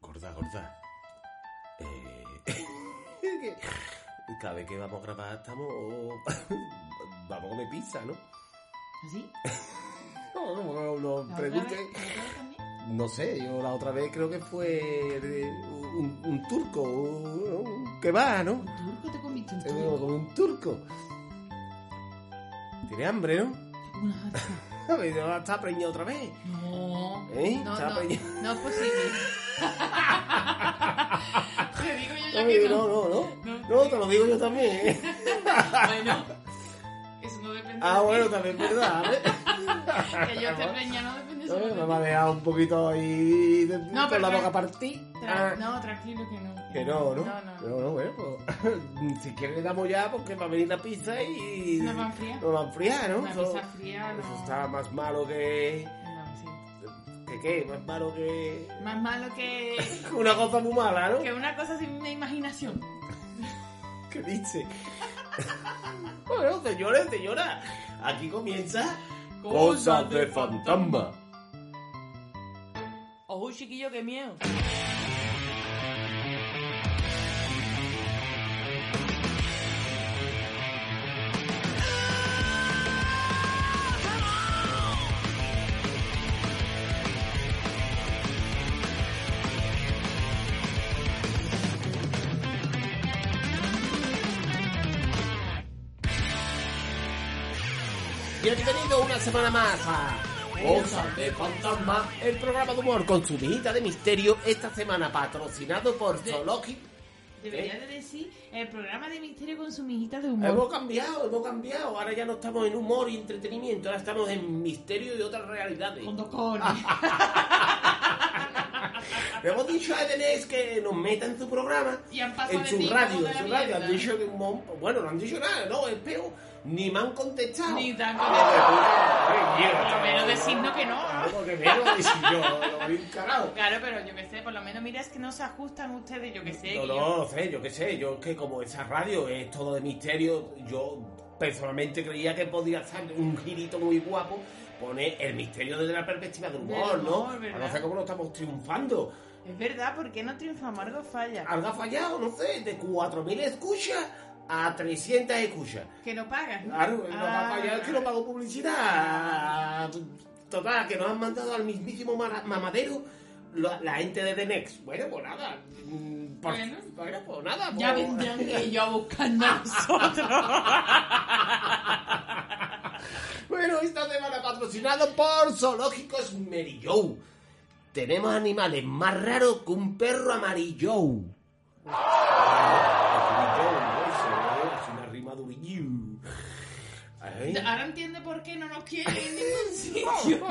gorda, gorda. Eh, que Cada vez que vamos a grabar estamos... vamos a comer pizza, ¿no? ¿Así? No, no, no, ¿La no otra pregunte. vez? ¿La otra vez también? No sé, yo la otra vez creo que fue de un, un turco, un que va, ¿no? ¿Un turco te comiste un Eh, bueno, turco? como un turco. Tiene hambre, ¿no? Una jarra. Me dice, "Ah, Está preñado otra vez. No. ¿Eh? No, Está no, preñado. no pues es posible. Te digo yo ya No, que no, no. no, no. No. No, te lo digo yo también. ¿eh? Bueno, eso no depende Ah, de bueno, ti. también es verdad. ¿eh? Que yo te preña no depende solo Eh, de Me ti. va a dejar un poquito ahí de, No, con pero la tra- boca partida. Tra- Ah, No, tranquilo que no. Que no, ¿no? No, no. No, no, bueno, pues. si quieres le damos ya porque va a venir la pizza y. Nos va a enfriar. Nos va a enfriar, ¿no? Una Eso- pizza fría, no. Eso está más malo que. No, sí. ¿Que qué? Más malo que. Más malo que, Una cosa muy mala, ¿no? que una cosa sin una imaginación. ¿Qué dice? bueno, señores, señora, aquí comienza. Ojo, chiquillo, qué miedo. Bienvenido una semana más a Cosas de Fantasma, el programa de humor con su mijita de misterio esta semana patrocinado por Zoologic. ¿Eh? Debería de decir el programa de misterio con su mijita de Hemos humor. cambiado, hemos cambiado. Ahora ya no estamos en humor y entretenimiento, ahora estamos en misterio y otras realidades. Con dos cojones. Ah, Le hemos dicho a Edenés que nos meta en su programa, Y han pasado en de su ti, radio, como de en su la radio. Han mierda. dicho que un mon... Bueno, no han dicho nada, no, espero. Ni me han contestado. Ah, Ni tan contestado. Por lo menos decirnos que no. Claro, porque Ah, menos, y si yo lo voy encarado. Claro, pero yo que sé, por lo menos mira, es que no se ajustan ustedes, yo que sé. No, que no, no sé, yo qué sé, yo es que como esa radio es todo de misterio, yo personalmente creía que podía ser un girito muy guapo poner el misterio desde la perspectiva del humor, Del ¿no? humor, ¿verdad? Ahora no sé cómo lo estamos triunfando. yo- Es verdad, ¿por qué no triunfamos? Algo falla. Algo ha fallado, no sé, de 4.000 escuchas a 300 escuchas. Que no pagas. ¿no? Ah. Claro, lo Ah. más fallado es que no pago publicidad. Total, que nos han mandado al mismísimo mara- mamadero la, la gente de The Next. Bueno, pues nada. mm, por- Bueno. bueno, pues nada. pues- Ya vendrán ellos a buscarnos a nosotros. Bueno, esta semana patrocinado por Zoológicos Merillow. Tenemos animales más raros que un perro amarillo. Es una rima durillo. Ay. Ahora entiende por qué no nos quieren en ningún Oh, sitio.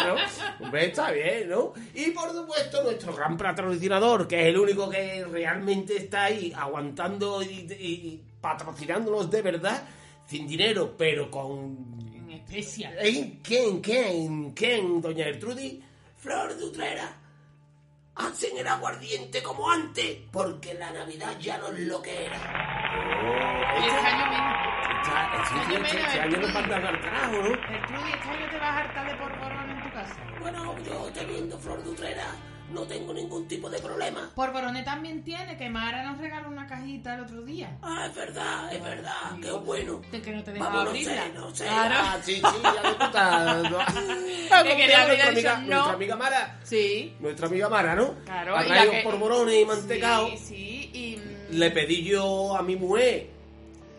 pero, hombre, está bien, ¿no? Y por supuesto, nuestro gran patrocinador, que es el único que realmente está ahí aguantando y, y patrocinándonos de verdad, sin dinero, pero con En especial. ¿En quién, quién, quién, doña Gertrudis? Flor Dutrera. Hacen el aguardiente como antes, porque la Navidad ya no es lo que era. Y este Oh. año menos. Está- sí, sí, Este año sí, menos, este año Gertrudis. nos mandan al carajo, ¿no? Gertrudis, este año te vas a hartar de porborón en tu casa. Bueno, yo teniendo Flor Dutrera no tengo ningún tipo de problema. Porborone también tiene, que Mara nos regaló una cajita el otro día. Ah, es verdad, es verdad, qué bueno. De que no te dejaba Vamos, no abrirla. sé, no sé. Claro. Ah, sí, sí, ya me gusta. Que quería haber nuestra, dicho amiga, no. nuestra amiga Mara. Sí. Nuestra amiga Mara, ¿no? Claro, Ha y la traído que- polvorones y mantecado. Sí, sí, y... mm, Le pedí yo a mi mujer,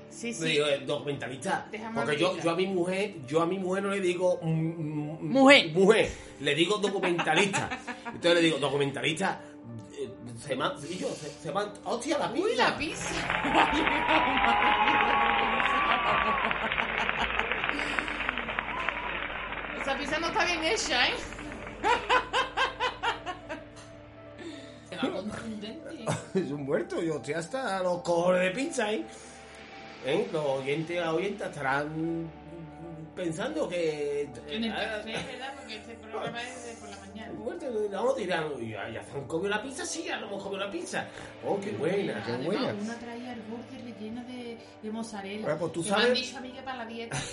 Sí, le sí. digo, eh, documentalista, Déjame porque yo, abrirla. yo a mi mujer, yo a mi mujer no le digo mm, mm, Mujer. mujer, le digo documentalista. Entonces le digo documentalista, eh, se man, y yo, se, se man- hostia la pizza. Uy, la pizza. Esa pizza no está bien hecha, ¿eh? Se va contundente. es un muerto, yo estoy hasta los cojones de pizza, ¿eh? ¿Eh? Los oyentes y las oyentas estarán pensando que... En el café, ah, ¿verdad? Porque este programa es de por la mañana. Muerto, no, dirán, ya, ya se han comido la pizza, sí, ya no hemos comido la pizza. Oh, qué buena, qué Además, buena. Una traía el borde relleno de, de mozzarella. Bueno, pues tú que sabes- Me han dicho a mí que para la dieta.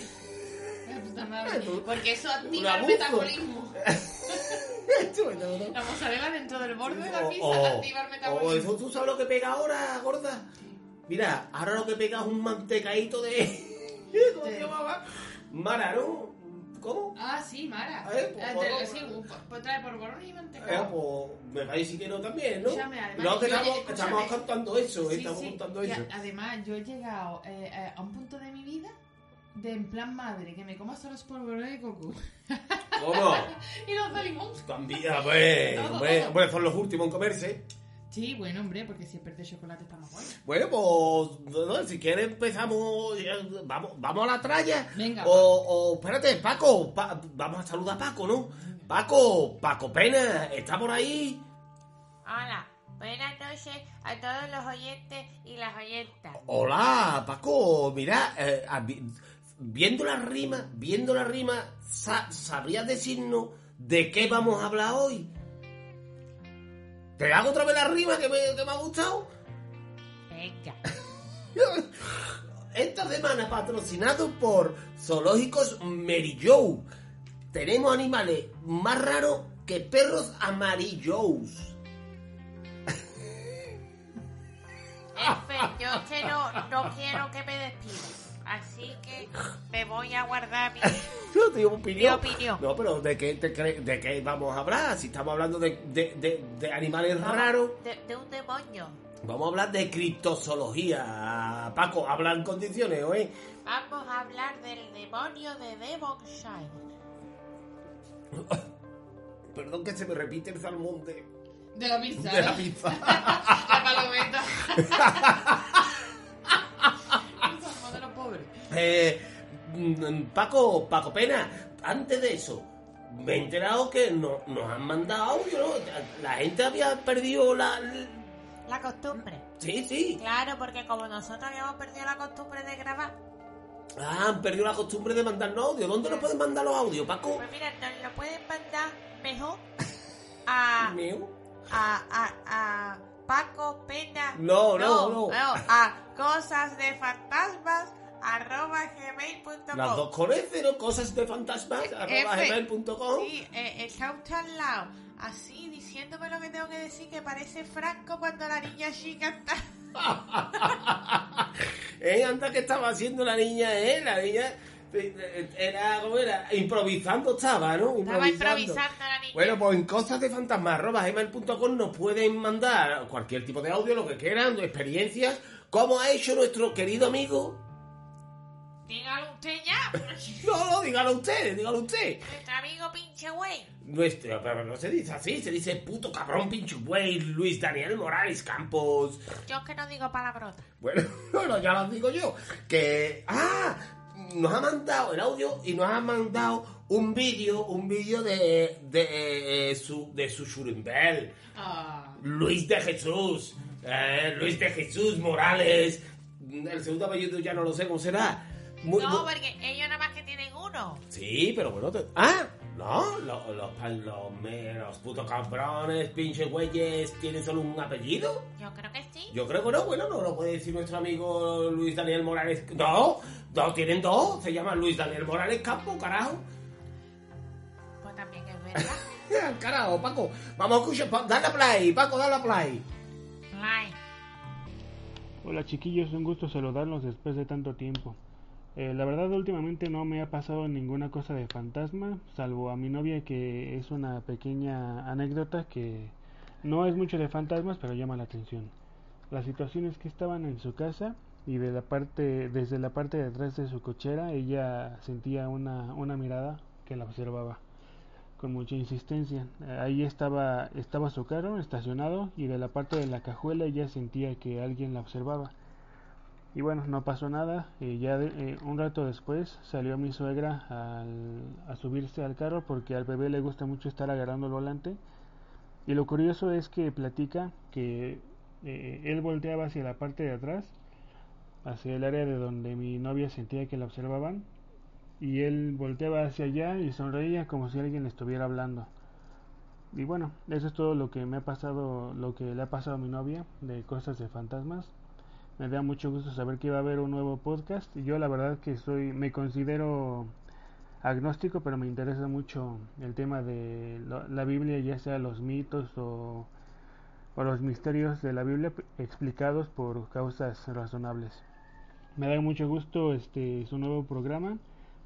La puta madre. Porque eso Un activa el abuso. metabolismo. La mozzarella dentro del borde de la pizza, activa el o metabolismo. Oh, eso tú sabes lo que pega ahora, gorda. Mira, ahora lo que pega es un mantecadito de. ¿Cómo se llamaba? Mara, ¿no? ¿Cómo? Ah, sí, Mara. Eh, pues, Ah, por- te- sí, un- pues trae porgorones y Eh, manteca. pues me parece que no también, ¿no? Escúchame, además, no, que yo- estamos, escúchame. estamos cantando eso, eh, Sí, estamos sí. cantando Y a- eso. Además, yo he llegado eh, eh, a un punto de mi vida de en plan madre, que me como hasta los polvorones de coco. ¿Cómo? y los de limón. Cambia, pues. Todo, Hombre, todo. hombre, son los últimos en comerse. Sí, bueno, hombre, porque siempre el de chocolate está más bueno. Bueno, pues no, no, si quieres empezamos, ya, vamos, vamos a la tralla. Venga. O, o, espérate, Paco, Pa- vamos a saludar a Paco, ¿no? Paco, Paco Pena, está por ahí. Hola, buenas noches a todos los oyentes y las oyentas. Hola, Paco, mira, eh, a- vi- viendo la rima, viendo la rima, sa- ¿sabrías decirnos de qué vamos a hablar hoy? ¿Te hago otra vez la rima que me, que me ha gustado? Venga. Esta semana patrocinado por Zoológicos Mary Joe. Tenemos animales más raros que perros amarillos. Espe, yo es que no, no quiero que me despidas. Así que me voy a guardar mi... No, te digo opinión. Mi opinión. No, pero ¿de qué, te cre- de qué vamos a hablar? Si estamos hablando de, de- de- de animales raros, De, de un demonio. vamos a hablar de criptozoología. Paco, habla en condiciones, ¿eh? Vamos a hablar del demonio de Devonshire. Perdón que se me repite el salmón de, De la pizza. de ¿no? la pizza. la palometa. Somos de los pobres. Eh, mm, Paco, Paco Pena, antes de eso, me he enterado que no, nos han mandado audio, ¿no? La gente había perdido la... La costumbre. Sí, sí. Claro, porque como nosotros habíamos perdido la costumbre de grabar, Ah, han perdido la costumbre de mandarnos audio. ¿Dónde nos pueden mandar los audios, Paco? pues mira, nos lo pueden mandar mejor a... Mío. a, a, a Paco Pena. No, no, no. a cosas de fantasmas arroba gmail.com. Las dos con F, ¿no? Cosas de fantasmas, arroba F. gmail.com. Sí, eh, está usted al lado, así diciéndome lo que tengo que decir, que parece Franco cuando la niña chica está. Eh, anda que estaba haciendo la niña, ¿eh? La niña eh, eh, era, ¿cómo era? Improvisando estaba, ¿no? Estaba improvisando la niña. Bueno, pues en cosas de fantasma.com nos pueden mandar cualquier tipo de audio, lo que quieran, experiencias, como ha hecho nuestro querido amigo. Dígalo usted ya, porque No, no, dígalo usted, dígalo usted. nuestro amigo pinche güey. Nuestro, pero no se dice así, se dice puto cabrón, pinche güey, Luis Daniel Morales Campos. Yo es que no digo palabrotas. Bueno, bueno, ya lo digo yo. Que. ¡Ah! Nos ha mandado el audio y nos ha mandado un vídeo, un vídeo de, de, eh, su, de su Churimbel. Ah, Luis de Jesús, eh, Luis de Jesús Morales. El segundo apellido ya no lo sé cómo será. Muy- No, muy- porque ellos nada más que tienen uno. Sí, pero bueno. te- Ah, no, los, los, los, me- los putos cabrones, pinches güeyes, tienen solo un apellido. Yo creo que sí. Yo creo que no, bueno, no lo puede decir nuestro amigo Luis Daniel Morales. No, no, tienen dos. Se llama Luis Daniel Morales Campo, carajo. Pues también es verdad. Carajo, Paco. Vamos a escuchar. pa- Dale a play, Paco, dale a play. Ay. Hola chiquillos, un gusto saludarlos después de tanto tiempo. Eh, la verdad últimamente no me ha pasado ninguna cosa de fantasma, salvo a mi novia que es una pequeña anécdota que no es mucho de fantasmas, pero llama la atención. La situación es que estaban en su casa y de la parte, desde la parte de atrás de su cochera ella sentía una, una mirada que la observaba con mucha insistencia. Eh, Ahí estaba, estaba su carro estacionado y de la parte de la cajuela ella sentía que alguien la observaba. Y bueno, no pasó nada. eh, ya de- eh, un rato después salió mi suegra al- a subirse al carro porque al bebé le gusta mucho estar agarrando el volante. Y lo curioso es que platica que eh, él volteaba hacia la parte de atrás, hacia el área de donde mi novia sentía que la observaban, y él volteaba hacia allá y sonreía como si alguien le estuviera hablando. Y bueno, eso es todo lo que me ha pasado, lo que le ha pasado a mi novia de cosas de fantasmas. Me da mucho gusto saber que va a haber un nuevo podcast. Yo la verdad que soy, me considero agnóstico, pero me interesa mucho el tema de lo- la Biblia, ya sea los mitos o, o los misterios de la Biblia p- explicados por causas razonables. Me da mucho gusto este su nuevo programa.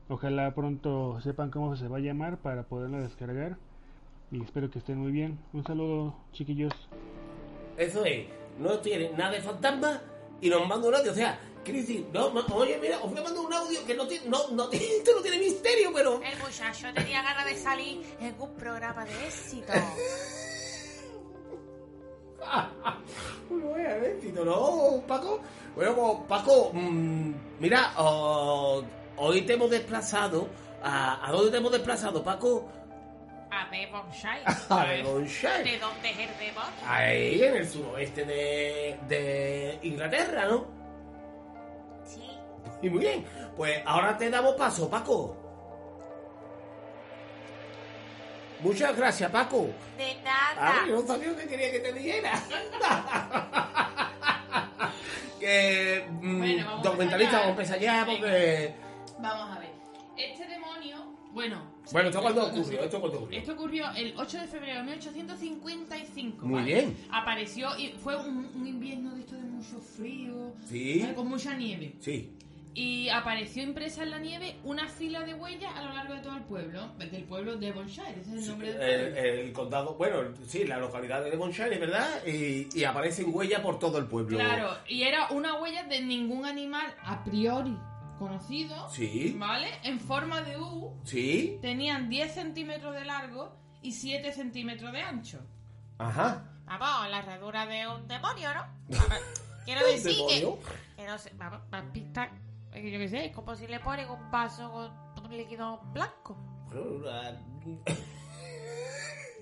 Ojalá pronto sepan cómo se va a llamar para poderlo descargar. Y espero que estén muy bien. Un saludo, chiquillos. Eso es, no tiene nada de fantasma y nos manda un audio. O sea, Cristi, no, ma- oye, mira, os voy a mandar un audio que no tiene, no, no, tiene- esto no tiene misterio, pero. El muchacho Eh, tenía ganas de salir en un programa de éxito. Bueno, eh, a ver, Tito, no, Paco. Bueno, pues, Paco, mm, mira, oh, hoy te hemos desplazado. ¿A, a dónde te hemos desplazado, Paco? A Devonshire. A Devonshire. ¿De dónde es el Devon? Ahí, en el suroeste de, de Inglaterra, ¿no? Sí. Y muy bien, pues ahora te damos paso, Paco. Muchas gracias, Paco. De Ah, nada. yo no sabía que quería que te dijera. que, mm, Bueno, vamos a documentalista, empezar. vamos a empezar ya porque... Vamos a ver. Este demonio. Bueno. Bueno, ¿esto cuándo no sé. ocurrió? ¿Esto cuándo ocurrió? Esto ocurrió el 8 de febrero de 1855. Muy ¿vale? bien. Apareció y fue un, un invierno de esto de mucho frío. Sí. ¿vale? Con mucha nieve. Sí. Y apareció impresa en la nieve una fila de huellas a lo largo de todo el pueblo. Del pueblo de Devonshire, ese es el nombre del pueblo. El, el condado, bueno, sí, la localidad de Devonshire, ¿verdad? Y, y aparecen huellas por todo el pueblo. Claro, y era una huella de ningún animal a priori conocido, Sí. ¿vale? En forma de U, Sí. tenían 10 centímetros de largo y 7 centímetros de ancho. Ajá. Vamos, la herradura de un demonio, ¿no? A ver, Quiero ¿Un decir que, demonio? que no sé, vamos, más pistas, eh, yo qué sé, es como si le ponen un vaso con un líquido blanco. Bueno, una-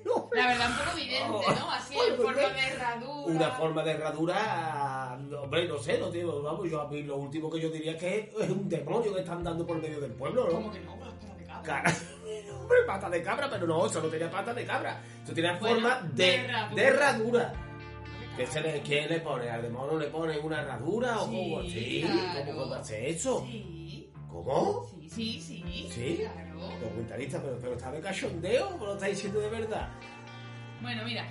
No, La verdad, un poco Oh. evidente, ¿no? Así en forma de herradura. Una forma de herradura, hombre, no sé, no tío, vamos, yo a mí lo último que yo diría es que es un demonio que están dando por medio del pueblo, Como ¿no? que no, con las patas de cabra. Cara, hombre, pata de cabra, pero no, eso no tenía pata de cabra, eso tenía Bueno, forma de, de de herradura. herradura. ¿Qué se le, ¿Quién le pone? ¿Al demonio le pone una herradura o Sí, cómo? Sí, claro. ¿cómo, cómo hace eso? Sí. ¿Cómo? Sí, sí, sí. Sí. Claro. Documentalista, pero, pero está de cachondeo, pero lo está diciendo de verdad. Bueno, mira,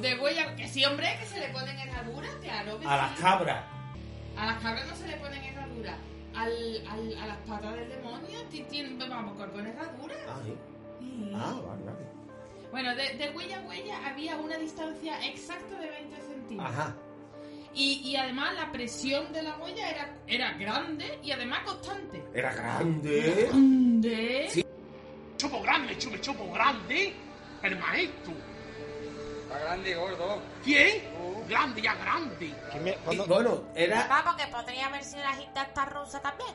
de huella, que sí, hombre, que se le ponen herraduras, claro. que A las sí. cabras. A las cabras no se le ponen herraduras. Al, al, a las patas del demonio, ti- tienen- vamos, con con herraduras. Ah, sí. Ah, vale, vale. Bueno, de, de huella a huella había una distancia exacta de 20 centímetros. Ajá. Y, y además la presión de la huella era, era grande y además constante. Era grande. Grande. Sí. Chupo grande, chupe chupo grande, el maestro. Está grande y gordo. ¿Quién? Grande ya grande. Y, Eh, bueno, era Vamos, que podría haber sido la gimnasta rusa también.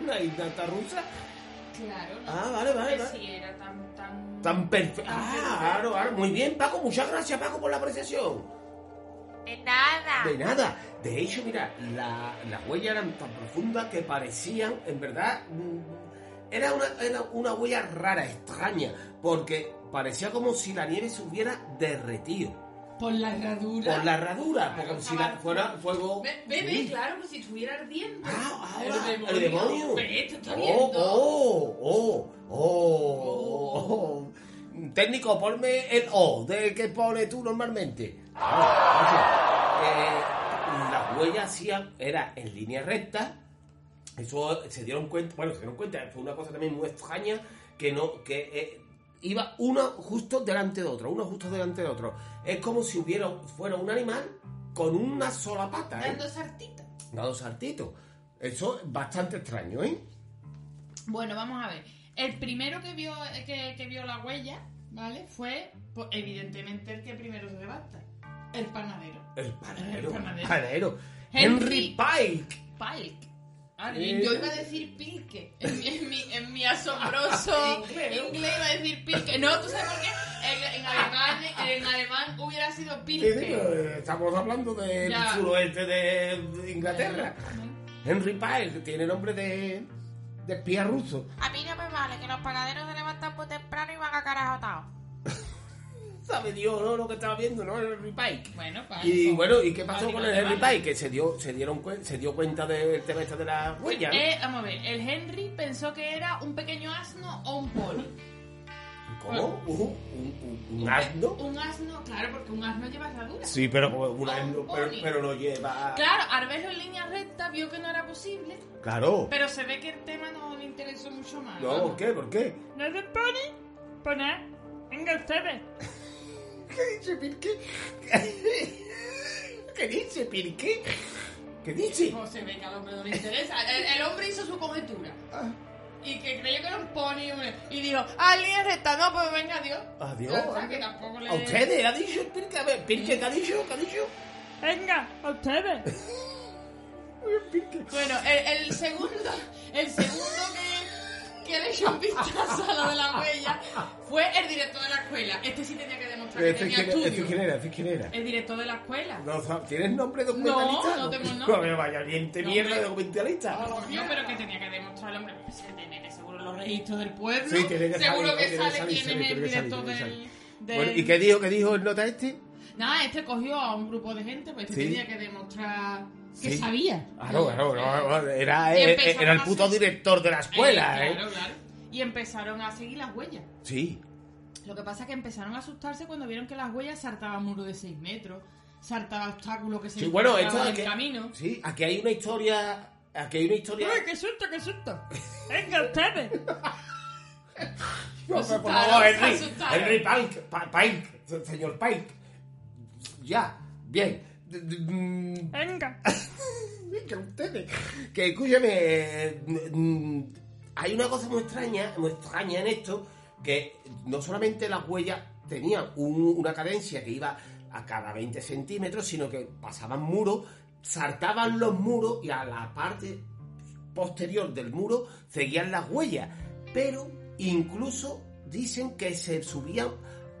una gimnasta rusa Claro, no. Ah, vale, vale, sé vale. si era tan, tan... tan perfecta. Ah, claro, claro. Muy bien, Paco. Muchas gracias, Paco, por la apreciación. De Eh, nada. Ah. De nada. De hecho, mira, la- las huellas eran tan profundas que parecían, en verdad, mm, era una, era una huella rara, extraña, porque parecía como si la nieve se hubiera derretido. Por la herradura. Por la herradura, porque Claro, si la- estaba- fuera fuego... Ve, ve, ve, Sí. Oh, claro, como si estuviera ardiendo. Ah, El ahora, demonio. el demonio. Ve, esto está oh, viendo. oh, oh, oh, oh. Técnico, ponme el O del que pone tú normalmente. Ah, gracias. Eh, las huellas hacían, era en línea recta. Eso se dieron cuenta, bueno, se dieron cuenta, fue una cosa también muy extraña que no, que eh, iba uno justo delante de otro, uno justo delante de otro. Es como si hubiera, fuera un animal con una sola pata. ¿eh? Dando sartita. Dado saltito. Eso es bastante extraño, ¿eh? Bueno, vamos a ver. El primero que vio, eh, que, que vio la huella, ¿vale? Fue, pues, evidentemente, el que primero se levanta. El panadero. El panadero. El panadero. panadero. Henry. Henry Pike. Pike. Ah, Eh. Yo iba a decir Pilke. En mi, en mi, en mi asombroso Inglés. inglés iba a decir Pilke. No, tú sabes por qué. En, en alemán, en alemán hubiera sido Pilke. Estamos hablando del Eh, Ya. Eh, suroeste de Inglaterra. Henry Pike tiene nombre de, de espía ruso. A mí no me vale que los panaderos se levantan muy temprano y van a carajotados. sabe Dios ¿no? lo que estaba viendo, ¿no? El Henry Pike. Bueno, pues, Y pues, bueno, ¿y qué pasó pues, con digo, el te Henry vale. Pike? Que se dio, se dieron cuen- se dio cuenta del tema este de las huellas. ¿no? Eh, vamos a ver, el Henry pensó que era un pequeño asno o un pony. ¿Cómo? ¿Un, un, un- un asno? Un asno, claro, porque un asno lleva herradura. Sí, pero como un asno, Un pero, pony. pero lo lleva. Claro, al verlo en línea recta vio que no era posible, Claro. pero se ve que el tema no le interesó mucho más. No, vamos. ¿por qué? ¿Por qué? ¿No es de pony? Pues nada, venga ustedes. ¿Qué dice Pirque? ¿Qué dice Pirque? ¿Qué dice? No se ve que al hombre no le interesa. El, el hombre hizo su conjetura. Ah. Y que creyó que era un pony. un- Y dijo, ah, línea recta, no, pues venga, adiós. Adiós. O sea, que tampoco le... ¿A ustedes? ¿Ha dicho el Pirque? A ver, Pirque, ¿qué ha dicho? ¿Qué ha dicho? Venga, a ustedes. Eh, Bueno, el, el segundo, el segundo que, que le echó un vistazo a lo de la huella fue el director de la escuela. Este sí tenía que demostrar que tenía estudio. era? ¿Este quién era? El director de la escuela. No, sab- ¿Tienes nombre de documentalista? No, no tengo nombre. Ah, Pero vaya diente No, mierda de hombre. documentalista. Coño, pero que tenía que demostrar el hombre. Pues se te mete seguro en los registros del pueblo. Sí, tiene que seguro salir, que tiene que sale salir, quién salir, es el tiene que salir, director tiene que del. del- Bueno, ¿y qué dijo, qué dijo el nota este? Nada, este cogió a un grupo de gente, pues este Sí. tenía que demostrar que Sí. sabía. Ah, no, claro, no, no, era, Y eh, eh, empezaron era el a puto hacer- director de la escuela, ¿eh? Eh, claro, claro. Y empezaron a seguir las huellas. Sí. Lo que pasa es que empezaron a asustarse cuando vieron que las huellas saltaban muro de 6 metros, saltaba obstáculos que se Sí, bueno, esto encontraban en aquí- el camino. Sí, aquí hay una historia. Aquí hay una historia. ¡Ay, qué susto, qué susto! ¡Venga, ustedes! No, pero por asustaron, favor, se Henry, asustaron. Henry Pike, Pa- Pike, se- señor Pike. Ya, bien. D- d- mm, ¡Venga! que ustedes. Que escúchame. eh, mm, Hay una cosa muy extraña, muy extraña en esto, que no solamente las huellas tenían un- una cadencia que iba a cada 20 centímetros, sino que pasaban muros, saltaban los muros y a la parte posterior del muro seguían las huellas. Pero incluso dicen que se subían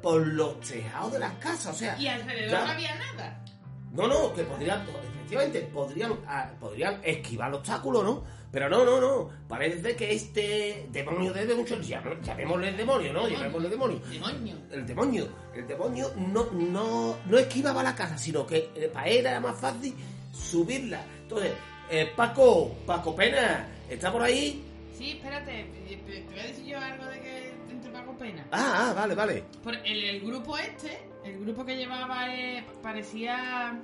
por los tejados de las casas. O sea, Y alrededor claro. no había nada. no, no, que podrían, efectivamente, podrían, ah, podrían esquivar el obstáculo, ¿no? Pero no, no, no. Parece que este demonio de mucho. llam- Llamémosle el demonio, ¿no? Llamémosle el demonio. ¡Demonio! El demonio, el demonio no, no, no esquivaba la casa, sino que eh, para él era más fácil subirla. Entonces, eh, Paco, Paco Pena, ¿está por ahí? Sí, espérate, te te voy a decir yo algo de que entre Paco Pena. Ah, ah, vale, vale. Por el, el grupo este, el grupo que llevaba eh, parecía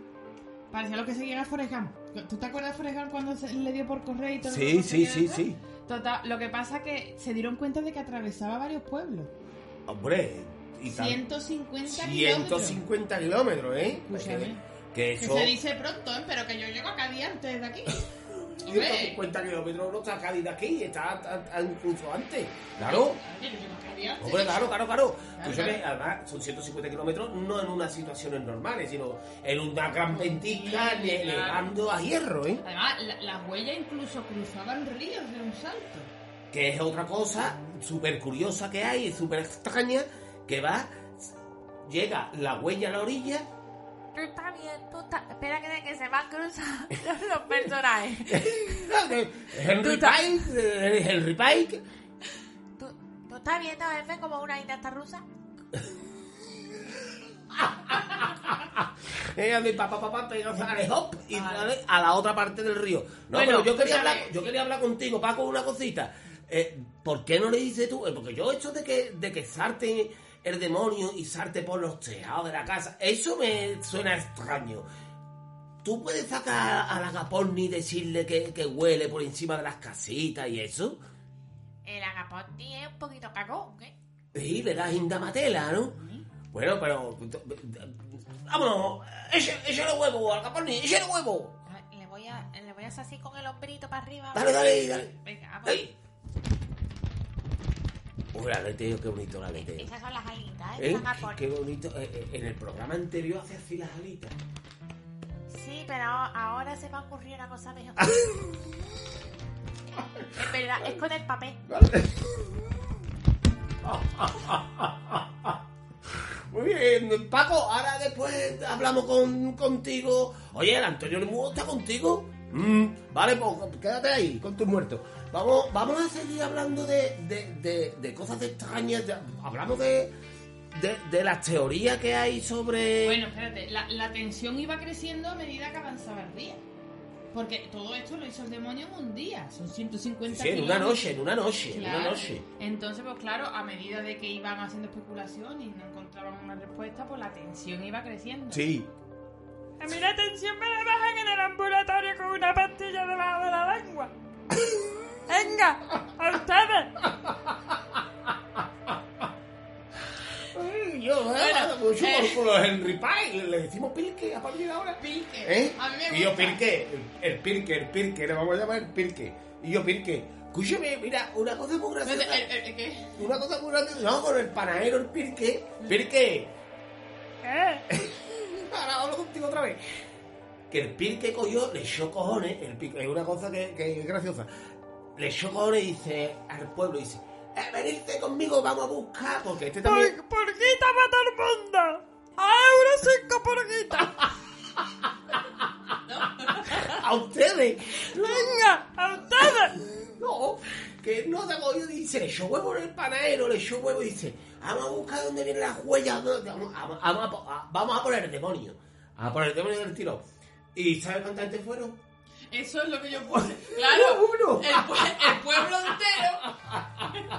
parecía lo que seguía a Forrest Gump. ¿Tú te acuerdas de Forrest Gump cuando se- le dio por correo y todo? lo que seguía detrás? Total, lo que pasa que se dieron cuenta de que atravesaba varios pueblos. Hombre, y tal. 150 kilómetros. 150 kilómetros, ¿eh? Que, Escúchame. que Que eso. se dice pronto, ¿eh? pero que yo llego a Cádiz antes de aquí. Hombre, 150 kilómetros no está Cádiz de aquí, está a- a- incluso antes. Claro, yo llego a Cádiz antes. hombre, claro, claro, claro. Claro. Escúchame, además son 150 kilómetros no en unas situaciones normales, sino en una gran ventisca Sí, ne- claro. nevando a hierro, ¿eh? Además, la- las huellas incluso cruzaban ríos de un salto. Que es otra cosa súper curiosa que hay, súper extraña, que va, llega la huella a la orilla, Tú estás bien, tú estás... Espera que, que se van cruzando los personajes. Henry Tú ta- Pike, eh, Henry Pike, ¿Tú, tú estás viendo a F como una hasta rusa? Eh, a mi papá, papá, te digo, sale, hop, y sale a la otra parte del río. No, Bueno, pero yo quería, escúchame. hablar, yo quería hablar contigo, Paco, una cosita. Eh, ¿Por qué no le dices tú? Eh, Porque yo esto de que, de que sarte el demonio y sarte por los tejados de la casa, eso me suena extraño. ¿Tú puedes sacar a la Gaporni y decirle que, que huele por encima de las casitas y eso? El agapotti es un poquito cagón, ¿eh? Sí, le das indamatela, ¿no? Bueno, pero... eh, Vámonos, echa- échale huevo al Gaporni, échale huevo. A ver, Le voy a, le voy a hacer así con el hombrito para arriba. Dale, dale, dale. Venga, vamos. ¡Ay! Uy, la aleteo, qué bonito la aleteo. Esas son las alitas, ¿eh? ¿Eh? Las agapotti. Qué bonito. Eh, eh, En el programa anterior hace así las alitas. Sí, pero ahora se me ha ocurrido una cosa mejor. es verdad, es con el papel. Muy bien, Paco, ahora después hablamos con, contigo. Oye, el Antonio Lemudo está contigo. Mm, vale, pues quédate ahí con tus muertos. Vamos, vamos a seguir hablando de, de, de, de cosas extrañas. Ya Hablamos de, de, de las teorías que hay sobre... Bueno, espérate, la, la tensión iba creciendo a medida que avanzaba el día. Porque todo esto lo hizo el demonio en un día, son 150 sí, en una kilómetros. noche, en una noche, en una Claro. noche. Entonces, pues claro, a medida de que iban haciendo especulaciones y no encontraban una respuesta, pues la tensión iba creciendo. Sí. A mí la tensión me la bajan en el ambulatorio con una pastilla debajo de la lengua. Venga, a ustedes. Yo, Bueno, bueno, mucho eh. por los Henry Pyle, le decimos Pirque a partir de ahora. Pilque. ¿Eh? A mí me Y yo, gusta. Pirque, el, el Pirque, el Pirque, le vamos a llamar el Pirque. Y yo, Pirque, escúchame, mira, una cosa muy Pero, graciosa. eh, eh, ¿qué? Una cosa muy graciosa, no, con el panadero, el Pirque. Pirque, ¿Qué? ahora hablo contigo otra vez. Que el Pirque cogió, le echó cojones, el Pirque, es una cosa que, que es graciosa. Le echó cojones y dice al pueblo, dice, eh, venirte conmigo, vamos a buscar, porque este también... Por, porquita va todo el mundo. A euro cinco porquita. a ustedes. Venga, a ustedes. No, que no te cogió, dice, le echó huevo en el panadero, le echó huevo y dice, vamos a buscar dónde vienen las huellas, dónde- vamos, vamos- vamos a, po- a- vamos a poner el demonio, a poner el demonio del tiro. ¿Y sabes cuánta gente fueron? Eso es lo que yo puse. Claro, Uno. el, pue- el pueblo entero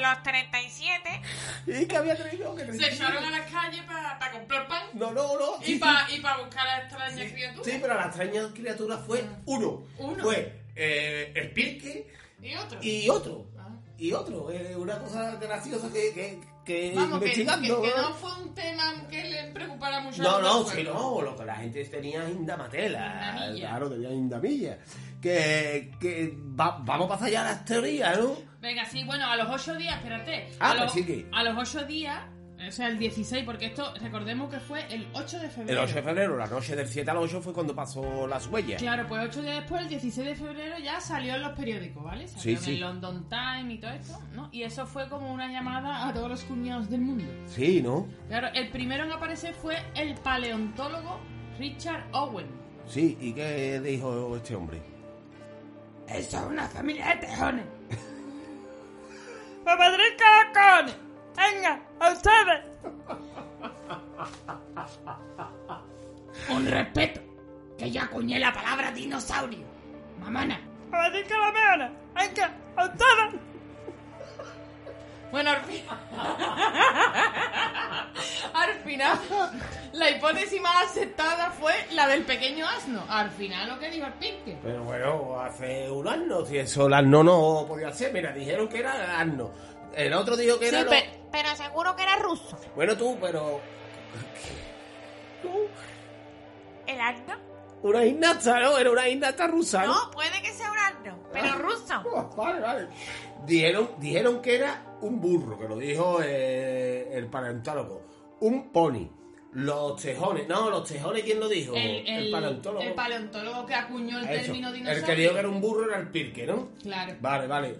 Los 37. Y que había traído que se echaron a las calles para comprar pan No, no, no. y para buscar a la extraña criatura. Sí, pero la extraña criatura fue uno. Uno. Fue eh, el pirque Y otro. y otro. Ah. Y otro. eh, una cosa graciosa que, que, que Vamos, que, que- investigando, que ¿no? no fue un tema que le preocupara mucho No, al no, pueblo. sí, no, lo que la gente tenía indamatela. Indamilla. Claro, tenía indamilla. Que, que va- vamos a pasar ya a las teorías, ¿no? Venga, sí, bueno, a los ocho días, espérate. Ah, a, pues los, sí que- a los ocho días, o sea, el 16, porque esto, recordemos que fue el 8 de El febrero. 8 de febrero, la noche del 7 al 8 fue cuando pasó las huellas. Claro, pues ocho días después, el 16 de febrero, ya salió en los periódicos, ¿vale? Salió Sí, en sí. el London Time y todo esto, ¿no? Y eso fue como una llamada a todos los cuñados del mundo. Sí, ¿no? Claro, el primero en aparecer fue el paleontólogo Richard Owen. Sí, ¿y qué dijo este hombre? Eso es una familia de tejones. Pues Madrid caracones. Venga, a ustedes. Con respeto, que ya acuñé la palabra dinosaurio. Mamana. A Madrid carameones. Venga, a ustedes. Bueno, al final. al final, la hipótesis más aceptada fue la del pequeño asno. Al final, lo que dijo el pinque. Pero bueno, hace un año, si eso, el año no podía ser. Mira, dijeron que era año. El otro dijo que Sí, era. lo- pe- pero seguro que era ruso. Bueno, tú, pero. Tú, ¿El arno? una gimnasta, ¿no? Era una gimnasta rusa, ¿no? No, puede que sea un arno, Ah. pero ruso. Oh, Vale, vale. Dijeron, dijeron que era un burro, que lo dijo eh, el paleontólogo. Un pony. Los tejones. No, los tejones, ¿quién lo dijo? El, el- paleontólogo. el paleontólogo que acuñó el Eso. término El dinosaurio. que dijo que era un burro era el pirque, ¿no? Claro. Vale, vale.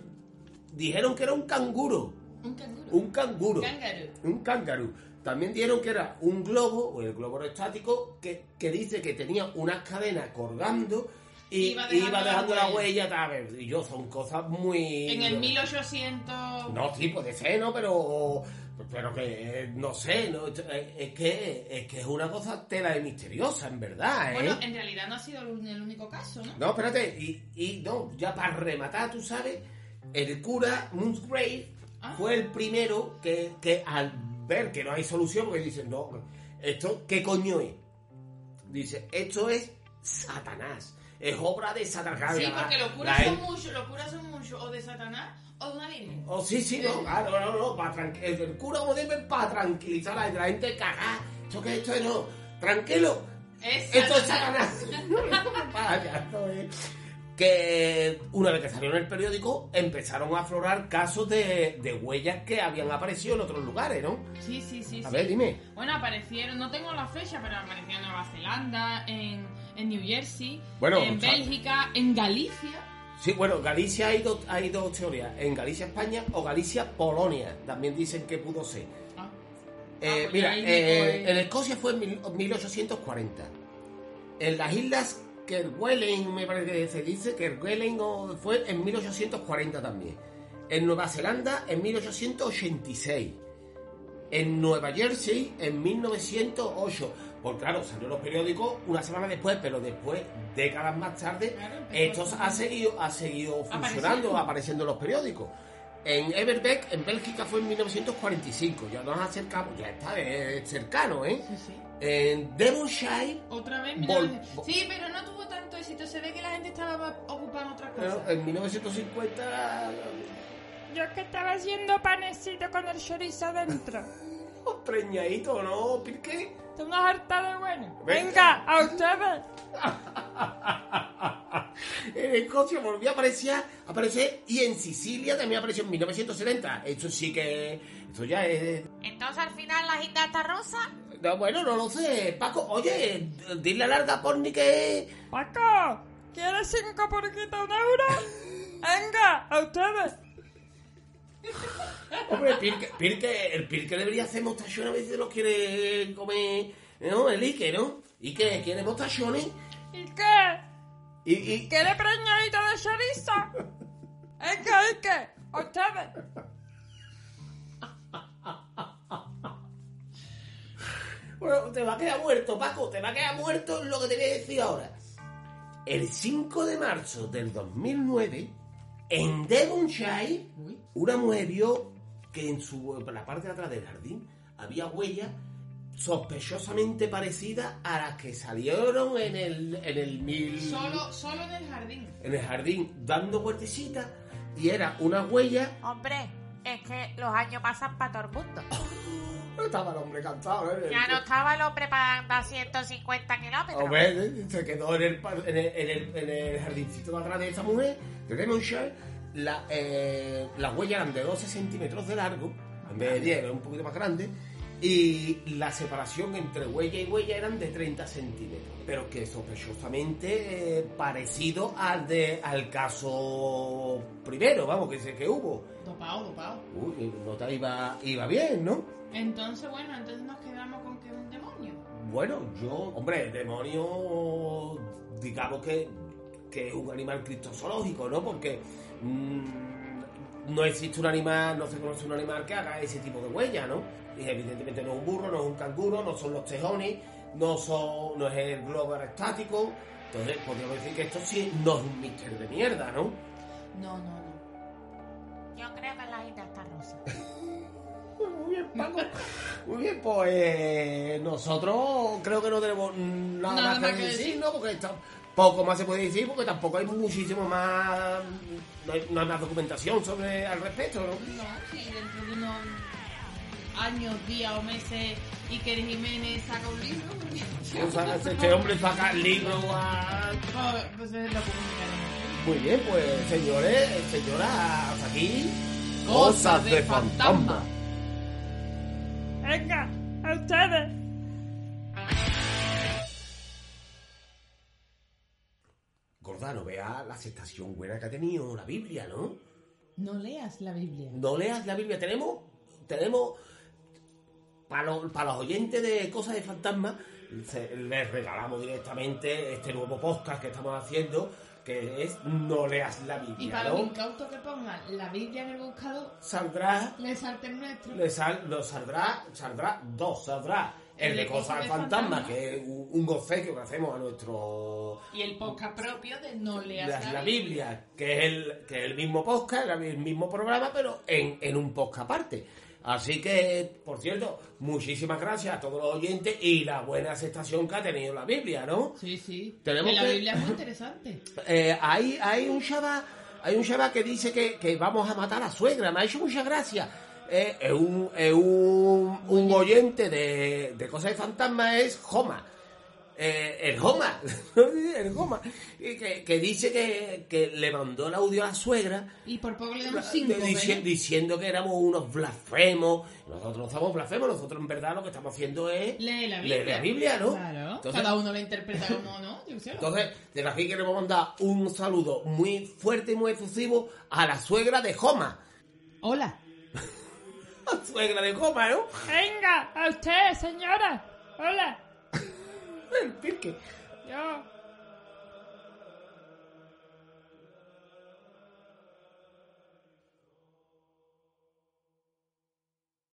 Dijeron que era un canguro. Un canguro. Un canguro. Cángaro. Un canguro. También dijeron que era un globo, o el globo estático, que, que dice que tenía unas cadenas colgando y iba Iba dejando, dejando la la huella. tal. Y yo, son cosas muy... En el 1800. No, sí, puede ser, ¿no? Pero, pero que, eh, no sé, no, eh, es, que, es que es una cosa tela de misteriosa, en verdad, ¿eh? Bueno, en realidad no ha sido el el único caso, ¿no? No, espérate, y, y no, ya para rematar, tú sabes, el cura Musgrave Ah. fue el primero que, que al ver que no hay solución, porque dicen, no, esto, ¿qué coño es? Dice, esto es Satanás, es obra de Satanás. Sí, La- porque los curas la- son muchos, los curas son muchos, o de Satanás o de una virgen. Oh, sí, sí, no, claro, no, no, para tranqui- el, el cura como debe para tranquilizar a la, la gente cagada. Esto que esto es no, tranquilo, Es esto es Satanás. Satanás. Vaya, esto es- que una vez que salió en el periódico empezaron a aflorar casos de, de huellas que habían aparecido en otros lugares, ¿no? Sí, sí, sí. A sí. ver, dime. Bueno, aparecieron, no tengo la fecha, pero aparecieron en Nueva Zelanda, en, en New Jersey, Bueno, en o sea- Bélgica, en Galicia. Sí, bueno, Galicia hay dos, hay dos teorías, en Galicia España o Galicia Polonia, también dicen que pudo ser. Ah, Eh, porque mira, ahí eh, dijo el- en Escocia fue en mil- 1840. En las islas Kerguelen, me parece que se dice, Kerguelen o- fue en 1840 también. En Nueva Zelanda en 1886. en Nueva Jersey en 1908. Por claro, salió en los periódicos una semana después, pero después, décadas más tarde, Claro, empezó esto a- ha seguido, ha seguido funcionando, Apareciendo. apareciendo en los periódicos. En Everbeck, en Bélgica, fue en 1945. Ya nos acercamos, ya está eh, cercano, ¿eh? Sí, sí. En Devonshire, Otra vez, Vol- mira, vol- Sí, pero no tuvo tanto éxito. Se ve que la gente estaba más ocupada en otras bueno, cosas. en 1950, Yo es que estaba haciendo panecito con el chorizo dentro. un preñadito, ¿no? Pirqué. De una harta de bueno. Venga. Venga, a ustedes. en Escocia volvió a aparecer, a aparecer y en Sicilia también apareció en 1970. Esto sí que. Esto ya es. Entonces al final la gitana rosa no, bueno, no lo sé. Paco, oye, dile a larga porni que. Paco, ¿quieres cinco porquitos de euro? Venga, a ustedes. Hombre, Pirque, Pirque- el Pirque debería hacer mostachones a veces los quiere comer. ¿No? El Ike, ¿no? ¿Y que ¿Quiere mostachones? ¿Y qué? Y, y- ¿Quiere preñadito de chorizo? Venga, ¿y qué? A ustedes. Bueno, te va a quedar muerto, Paco, te va a quedar muerto lo que te voy a decir ahora. El 5 de marzo del 2009, en Devonshire, una mujer vio que en su, por la parte de atrás del jardín había huellas sospechosamente parecidas a las que salieron en el, en el mil... Solo, solo en el jardín. En el jardín, dando vueltecitas, y era una huella... Hombre, es que los años pasan para todo el mundo. Estaba el hombre cansado, ¿eh? Ya no estaba el hombre para andar 150 kilómetros. Hombre, ¿eh? se quedó en el, pa- en el, en el- en el jardincito de atrás de esa mujer, de Devonshire. La, eh, las huellas eran de 12 centímetros de largo, en vez de 10, era un poquito más grande. Y la separación entre huella y huella eran de 30 centímetros, pero que sospechosamente eh, parecido al, de, al caso primero, vamos, que, se- que hubo. Dopado, dopado. Uy, nota iba, iba bien, ¿no? Entonces, bueno, entonces nos quedamos con que es un demonio. Bueno, yo, hombre, el demonio, digamos que, que es un animal criptozoológico, ¿no? Porque mm, no existe un animal, no se conoce un animal que haga ese tipo de huella, ¿no? Y evidentemente no es un burro, no es un canguro, no son los tejones, no, son, no es el globo aerostático. Entonces podríamos decir que esto sí no es un misterio de mierda, ¿no? No, no, no. Yo creo que la gitana está rosa. Muy bien, Paco. Muy bien, pues eh, nosotros creo que no tenemos nada, Nada más más que, que decir, decir. ¿no? Porque está- poco más se puede decir, porque tampoco hay muchísimo más. No hay, no hay más documentación sobre al respecto, ¿no? No, si dentro de unos años, días o meses Iker Jiménez saca un libro. porque- O sea, este hombre saca libro a. A ver, Pues es lo comunicaremos. Muy bien, pues señores, señoras, hasta aquí. Cosas de fantasma. Venga, a ustedes. Gorda, no vea la aceptación buena que ha tenido la Biblia, ¿no? No leas la Biblia. No leas la Biblia. Tenemos, tenemos para los, para los oyentes de Cosas de Fantasma, se- les regalamos directamente este nuevo podcast que estamos haciendo, que es No leas la Y Biblia, para los ¿no? incautos que pongan la Biblia en el buscador, Saldrá, le salten nuestro. le sal- no, saldrá, saldrá dos, saldrá el de Cosas de Fantasma, que es un un obsequio que hacemos a nuestro... Y el podcast propio de No leas leas la, la Biblia, que es el, que es el mismo podcast, el el mismo programa, pero en, en un podcast aparte. Así que, por cierto, muchísimas gracias a todos los oyentes y la buena aceptación que ha tenido la Biblia, ¿no? Sí, sí. Tenemos Que la que- Biblia es muy interesante. Eh, hay, hay un chaval hay un chaval que dice que, que vamos a matar a la suegra, me ha hecho mucha gracia. Eh, es un, es un, un oyente de, de Cosas de Fantasma es Joma. Eh, el Joma, el Joma, Y que, que dice que, que le mandó el audio a la suegra Y por poco le damos de- cinco. dici- ¿eh? diciendo que éramos unos blasfemos. Nosotros no somos blasfemos, nosotros en verdad lo que estamos haciendo es Lee la Biblia. leer la Biblia, ¿no? Claro. Entonces- Cada uno la interpreta como no. Yo qué sé. entonces, desde aquí queremos mandar un saludo muy fuerte y muy efusivo a la suegra de Joma. Hola. suegra de Joma, ¿no? Venga, a ustedes, señora. Hola. El pirque. Yo,